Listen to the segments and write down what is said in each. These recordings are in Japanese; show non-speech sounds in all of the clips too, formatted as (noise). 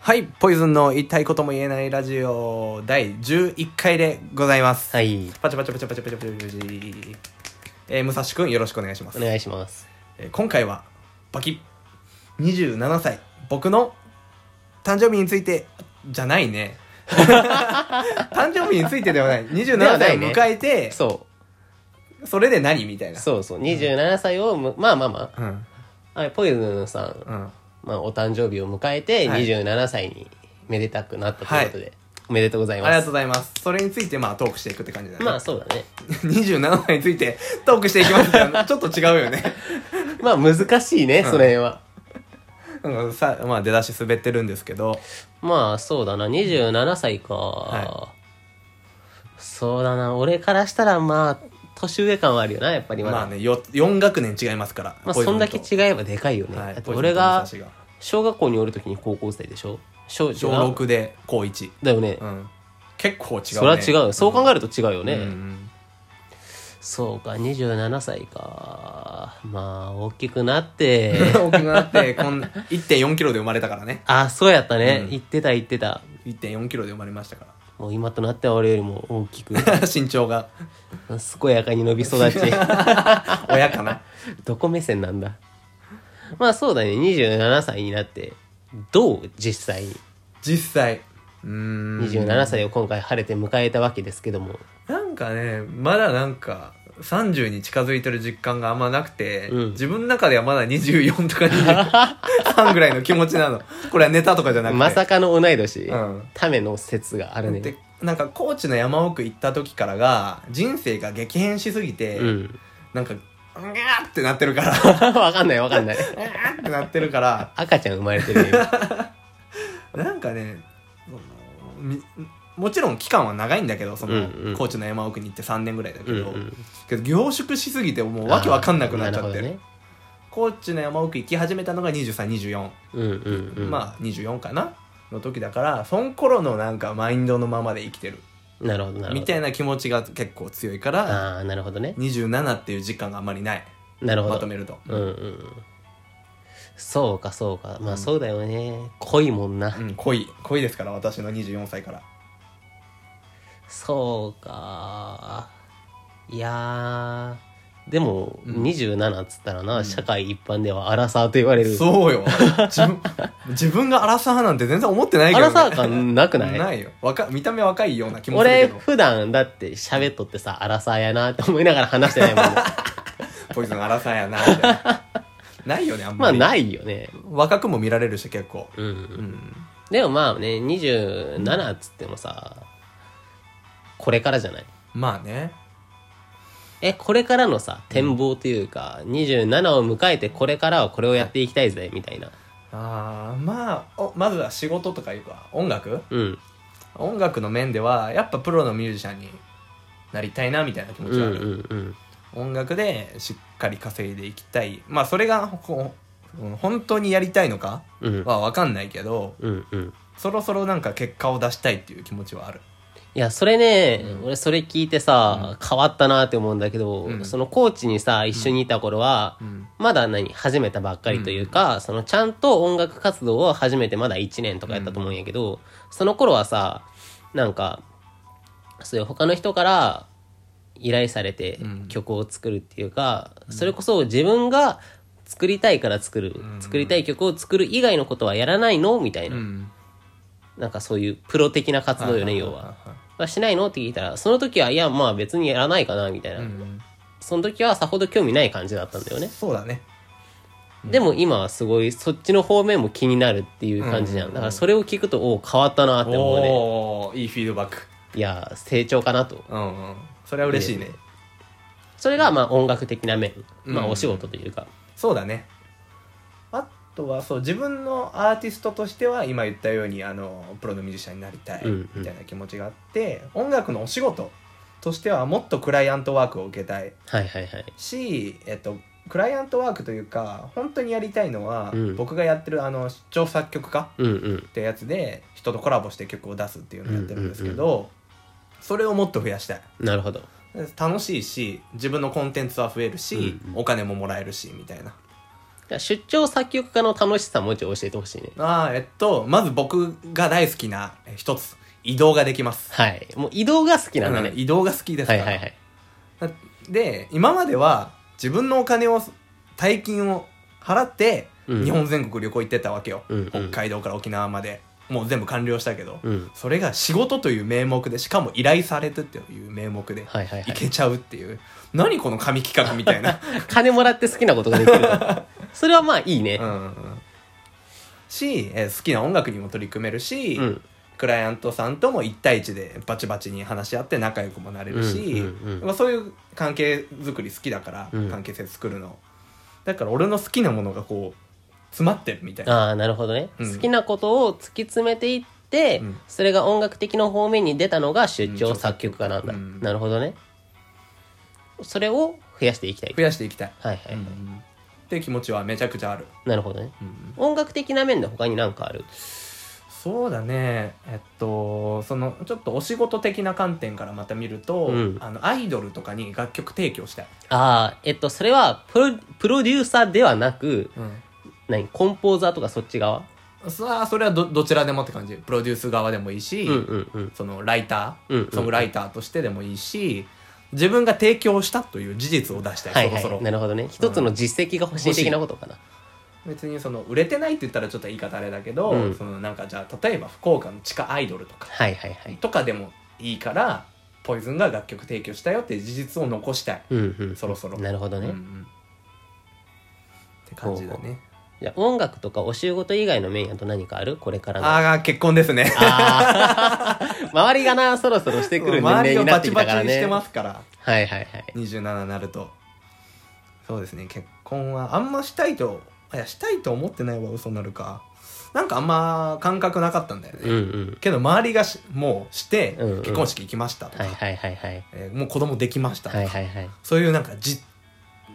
はい、ポイズンの言いたいことも言えないラジオ第11回でございます。はい。パチパチパチパチパチパチパチパチ。えー、武蔵くんよろしくお願いしまおす。願いします。えー今回は、バキッ、27歳、僕の誕生日について、じゃないね。誕生日についてではない。で27はな歳をいね迎えて、そ。それで何みたいうな。そうそう。27歳をむ、まあまあまうん。あ、はい、ポイズンさん、うん。まあ、お誕生日を迎えて、はい27歳にめでたくなったということで、おめでとうございありまがとうす。ございます。それについて、まあ、トークしていくって感じだね。 (laughs) まあ、そうだね。 27歳についてトークしていきますから、ちょっと違うよね。まあ、難しいね、その辺は。うんさまあ、出だし滑ってるんですけど、まあ、そうだな。27歳か、はそうだな。俺からしたら、まあ、年上感はあるよな、やっぱりまだ。ままああね、よ4学年違いますから。ポイズそンんとだけ違えばでかいよね。はいだっポイズてンと俺が武蔵小学校におるときに高校生でしょ小小違う6で高1。だよね、うん。結構違うね。それは違うよそう考えると違うよね、うんそうか27歳かまあ大きくなって (laughs) うん大きくなって、 (laughs) こん1.4キロで生まれたからね。あそうやったね、うん言ってた言ってた1.4キロで生まれましたかもう今となっては俺よりも大きく (laughs) ら。 (laughs) 身長が健やかに伸び育 (laughs) ち親かな。どこ目線なんだまあそうだね27歳になってどう実際に実際。うーん。 27歳を今回晴れて迎えたわけですけどもなんかねまだなんか30に近づいてる実感があんまなくて、うん自分の中ではまだ24とか23ぐらいの気持ちなのこれはネタとかじゃなくてまさかの同い年、うんための説があるねでなんか高知の山奥行った時からが人生が激変しすぎて、うん (laughs) なんかうわーってなってるから (laughs) うわかんないわかんない。わーってなってるから赤ちゃん生まれてるよ。なんかねそのみもちろん期間は長いんだけどその、うんうん高知の山奥に行って3年ぐらいだけうんど、うんけど凝縮しすぎてもう (laughs) わけわかんなくなっちゃってあーるなる高知の山奥行き始めたのが2324、ほどねうんうんうん。まあ24かなの時だからその頃のなんかマインドのままで生きてるあ、なるほどなるみほど。たいな気持ちが結構強いからああー、なるほどね。 27っていう時間があんまりないなるほど。まとめると、うんうんうん。そうかそうか。まあそうだよね。濃いもんな。うん、濃い濃いですから私の24歳からそうか。いやー。でも、うん27っつったらな、社会一般ではアラサーと言われる。そうよ自 (laughs) 分自分がアラサーなんて全然思ってないけど、アね、ラサー感なくないないよ若見た目若いような気もす俺、るけ普段だって喋っとってさ、アラサーやなって思いながら話してないもんね。どポイズンアラサーやなってないよねあんままあり、ないよね。若くも見られるし結構うんう。うんんでもまあね、27っつってもさ、これからじゃないまあねえ、これからのさ、展望というか、27を迎えてこれからはこれをやっていきたいぜ、みたいな。あーまあおまずは仕事とかいうか音楽うん。音楽の面ではやっぱプロのミュージシャンになりたいなみたいな気う持んちうんがある、うん。音楽でしっかり稼いでいきたいまあそれがこう本当にやりたいのかうん。は分かんないけどうんうん。そろそろなんか結果を出したいっていう気持ちはあるいや、それね、うん俺それ聞いてさ、変わったなって思うんだけど、うんそのコーチにさ、一緒にいた頃は、うんまだ何始めたばっかりというか、そのちゃんと音楽活動を始めてまだ1年とかやったと思うんやけど、その頃はさなんかそういう他の人から依頼されてうん曲を作るっていうか、それこそ自分が作りたいから作る、うん作りたい曲を作る以外のことはやらないのみたいうな、んなんかそういうプロ的な活動よね要は。はしないのって聞いたらその時はいやまあ別にやらないかなみたいな、うんその時はさほど興味ない感じだったんだよねそうだねでも今はすごいそっちの方面も気になるっていう感じじゃん、うんだからそれを聞くとおお変わったなって思うねおおいいフィードバックいや成長かなとうんうんそれは嬉しいね、ねそれがまあ音楽的な面、まあうんお仕事というかそうだねあとはそう自分のアーティストとしては今言ったようにあのプロのミュージシャンになりたいうんうんみたいな気持ちがあって、音楽のお仕事としてはもっとクライアントワークを受けたいはいはいはいし、えっと、クライアントワークというか本当にやりたいのは、うん僕がやってるあの視聴作曲家うんうんってやつで人とコラボして曲を出すっていうのをやってるんですけど、それをもっと増やしたいなるほど楽しいし自分のコンテンツは増えるし、うんうんお金ももらえるしみたいなから出張作曲家の楽しさもうちょい教えてほしいねああえっとまず僕が大好きなえ一つ移動ができます、はいもう移動が好きなんだね、うん移動が好きですかはいら、はいはいで今までは自分のお金を大金を払ってうん日本全国旅行行ってたわけよ、うんうん北海道から沖縄までもう全部完了したけど、うんそれが仕事という名目でしかも依頼されてっていう名目ではいはいは行いけちゃうっていう、何この神企画みたいな、金もらって好きなことができる (laughs) それはまあいいねうんうんうんし、えー好きな音楽にも取り組めるし、うんクライアントさんとも1対1でバチバチに話し合って仲良くもなれるし、うんうんうんまあ、そういう関係作り好きだから、うん関係性作るのだから俺の好きなものがこう詰まってるみたいなああなるほどね、うん好きなことを突き詰めていって、うんそれが音楽的な方面に出たのが出張作曲家なんだ、うんなるほどねそれを増やしていきたい増やしていきたい、はいはい、うんって気持ちはめちゃくちゃある、なるほどねうん音楽的な面で他に何かあるそうだねえっとそのちょっとお仕事的な観点からまた見ると、うんあのアイドルとかに楽曲提供したい、ああえっとそれはプロプロデューサーではなく何コンポーザーとかそっち側さあそれはどどちらでもって感じプロデュース側でもいいし、うんうんうんそのライタうんうんうんーソングライターとしてでもいいし自分が提供したという事実を出したい、はいそろはいそなろるほどね一つの実績が欲しい的なことかな、別にその売れてないって言ったらちょっと言い方あれだけど、うんそのなんかじゃあ例えば福岡の地下アイドルとかはいはいはいとかでもいいからポイズンが楽曲提供したよっていう事実を残したい、うんうんそろそろなるほどね、うんうんって感じだねじゃあ音楽とかお仕事以外の面やと何かあるこれからのああ結婚ですねあー周りがなそろそろし (laughs) てくる年周齢りをになバってチきバたチからにしねてますからはいはいはい27になるとそうですね結婚はあんましたいといやしたいと思ってないは嘘になるかなんかあんま感覚なかったんだよね、うんうんけど周りがしもうして、うんうん結婚式行きましたとか、はいはいはいはいえーもう子供できましたとか、はいはいはいそういうなんかじ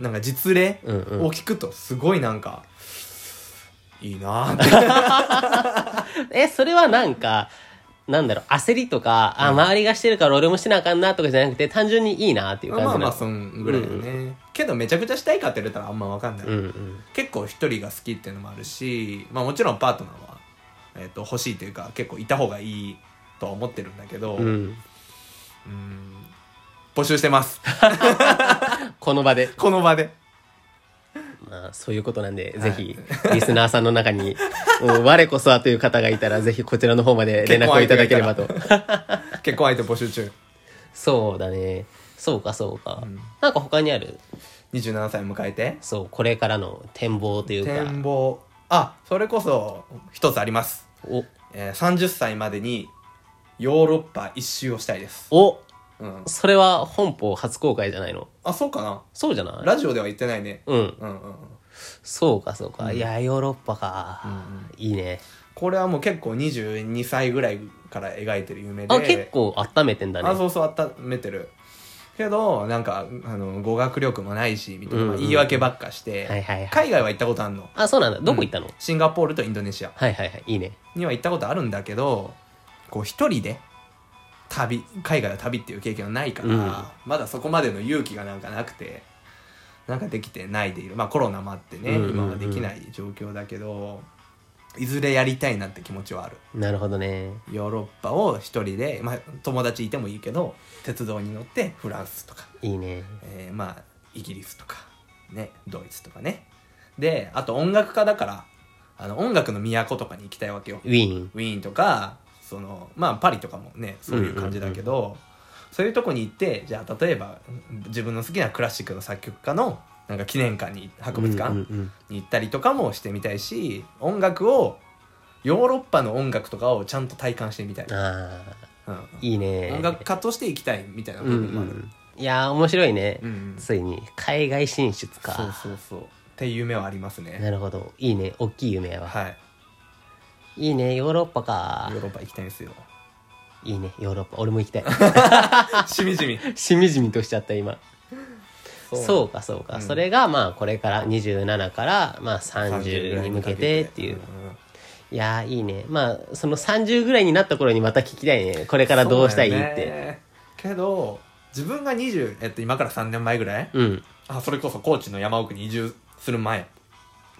なんか実例うんうんを聞くとすごいなんか、いい (laughs) なーってえそれはなんかなんだろう焦りとか、あ周りがしてるから俺もしなあかんなとかじゃなくて単純にいいなっていう感じまなあのまあそんぐらいだね、けどめちゃくちゃしたいかって言われたらあんま分かんない、うんうん結構一人が好きっていうのもあるし、まあ、もちろんパートナーは、えっと欲しいというか結構いた方がいいとは思ってるんだけど、うんうん募集してます (laughs) この場で、この場でまあ、そういうことなんで、ぜひリスナーさんの中に、うん我こそはという方がいたらぜひこちらの方まで連絡をいただければと結婚相手募集中そうだねそうかそうか、なんか他にある27歳迎えてそうこれからの展望というか展望あそれこそ一つあります、おえー、30歳までにヨーロッパ一周をしたいです、おうん、それは本邦初公開じゃないのあそうかなそうじゃないラジオでは言ってないね、うんうんうんうん、そうかそうか、いやヨーロッパか、いいねこれはもう結構22歳ぐらいから描いてる夢であ結構温めてんだねあそうそう温めてるけどなんかあの語学力もないしみたいな、うんうん言い訳ばっかして、はいはいはい海外は行ったことあるのあそうなんだどこ行ったの、シンガポールとインドネシアはいはいはいいいねには行ったことあるんだけどこう一人で旅海外の旅っていう経験はないから、うんまだそこまでの勇気がなんかなくてなんかできてないでいるまあコロナもあってね、うんうんうん今はできない状況だけどいずれやりたいなって気持ちはあるなるほどねヨーロッパを一人で、まあ、友達いてもいいけど鉄道に乗ってフランスとか、いいねえーまあイギリスとかねドイツとかねであと音楽家だからあの音楽の都とかに行きたいわけよウィーンウィーンとかそのまあパリとかもねそういう感じだけど、そういうとこに行ってじゃあ例えば自分の好きなクラシックの作曲家のなんか記念館に博物館、うんうんうんに行ったりとかもしてみたいし音楽をヨーロッパの音楽とかをちゃんと体感してみたい、あうんーいいね音楽家として行きたいみたいなう部んう分もある、んいやー面白いね、うんうんついに海外進出かそうそうそうっていう夢はありますねなるほどいいね大きい夢やわ、はいい、いねヨーロッパかヨーロッパ行きたいんですよいいねヨーロッパ俺も行きたいしみじみしみじみとしちゃった今そううかそうか、うんそれがまあこれから27からまあ30に向けてっていんう、んいやーいいねまあその30ぐらいになった頃にまた聞きたいねこれからどうしたいっそうだよてねけど自分が20、えっと、今から3年前ぐらいう,、んあそれこそ高知の山奥に移住する前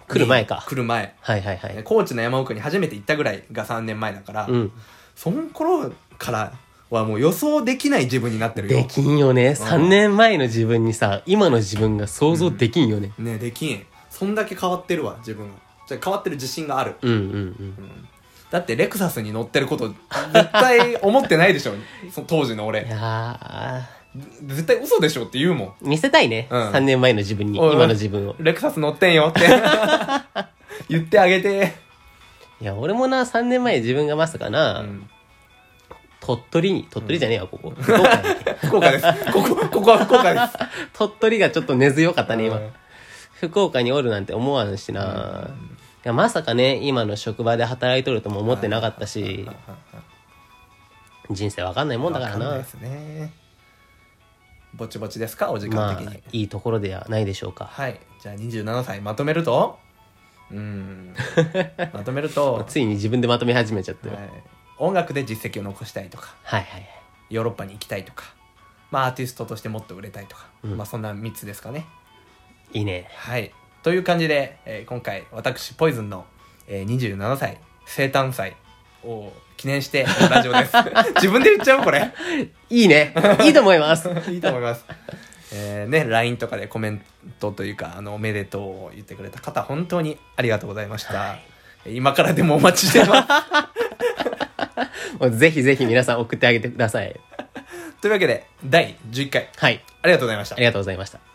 来る前か来る前はいはいはい高知の山奥に初めて行ったぐらいが3年前だから、うんその頃からはもう予想できない自分になってるよできんよね3年前の自分にさ今の自分が想像できんよねねできんそんだけ変わってるわ自分がじゃあ変わってる自信がある、うんうんうんだってレクサスに乗ってること絶対思ってないでしょ (laughs) その当時のい俺や絶対嘘でしょって言うもんー見せたいねうん3年前の自分においおい今の自分をレクサス乗ってんよって (laughs) 言ってあげて、いや俺もな3年前自分がまさかう、なん鳥取に鳥取じゃねえわここ福岡だね福岡ですここここは福岡です鳥取がちょっと根強かったねう今ん福岡におるなんて思わんしな、いやまさかね今の職場で働いとるとも思ってなかったし人生わかんないもんだからわなかんいですねぼちぼちですかお時間ま的に、あいいところではないでしょうかはいじゃあ27歳まとめるとうーんまとめると、 (laughs) はい、ついに自分でまとめ始めちゃったよ、はい、音楽で実績を残したいとかはいはいヨーロッパに行きたいとかまあアーティストとしてもっと売れたいとか、うんまあそんな3つですかねいいねはいという感じで、えー今回私ポイズンの、えー27歳生誕祭を記念してこのラジオです (laughs) 自分で言っちゃうこれい (laughs) いねいいと思いますいいと思います。えーね、LINE とかでコメントというか、あの、おめでとうを言ってくれた方、本当にありがとうございました。今からでもお待ちしてます。もうぜひぜひ皆さん送ってあげてくださいというわけで、第11回、はいありがとうございましたあり。がとうございました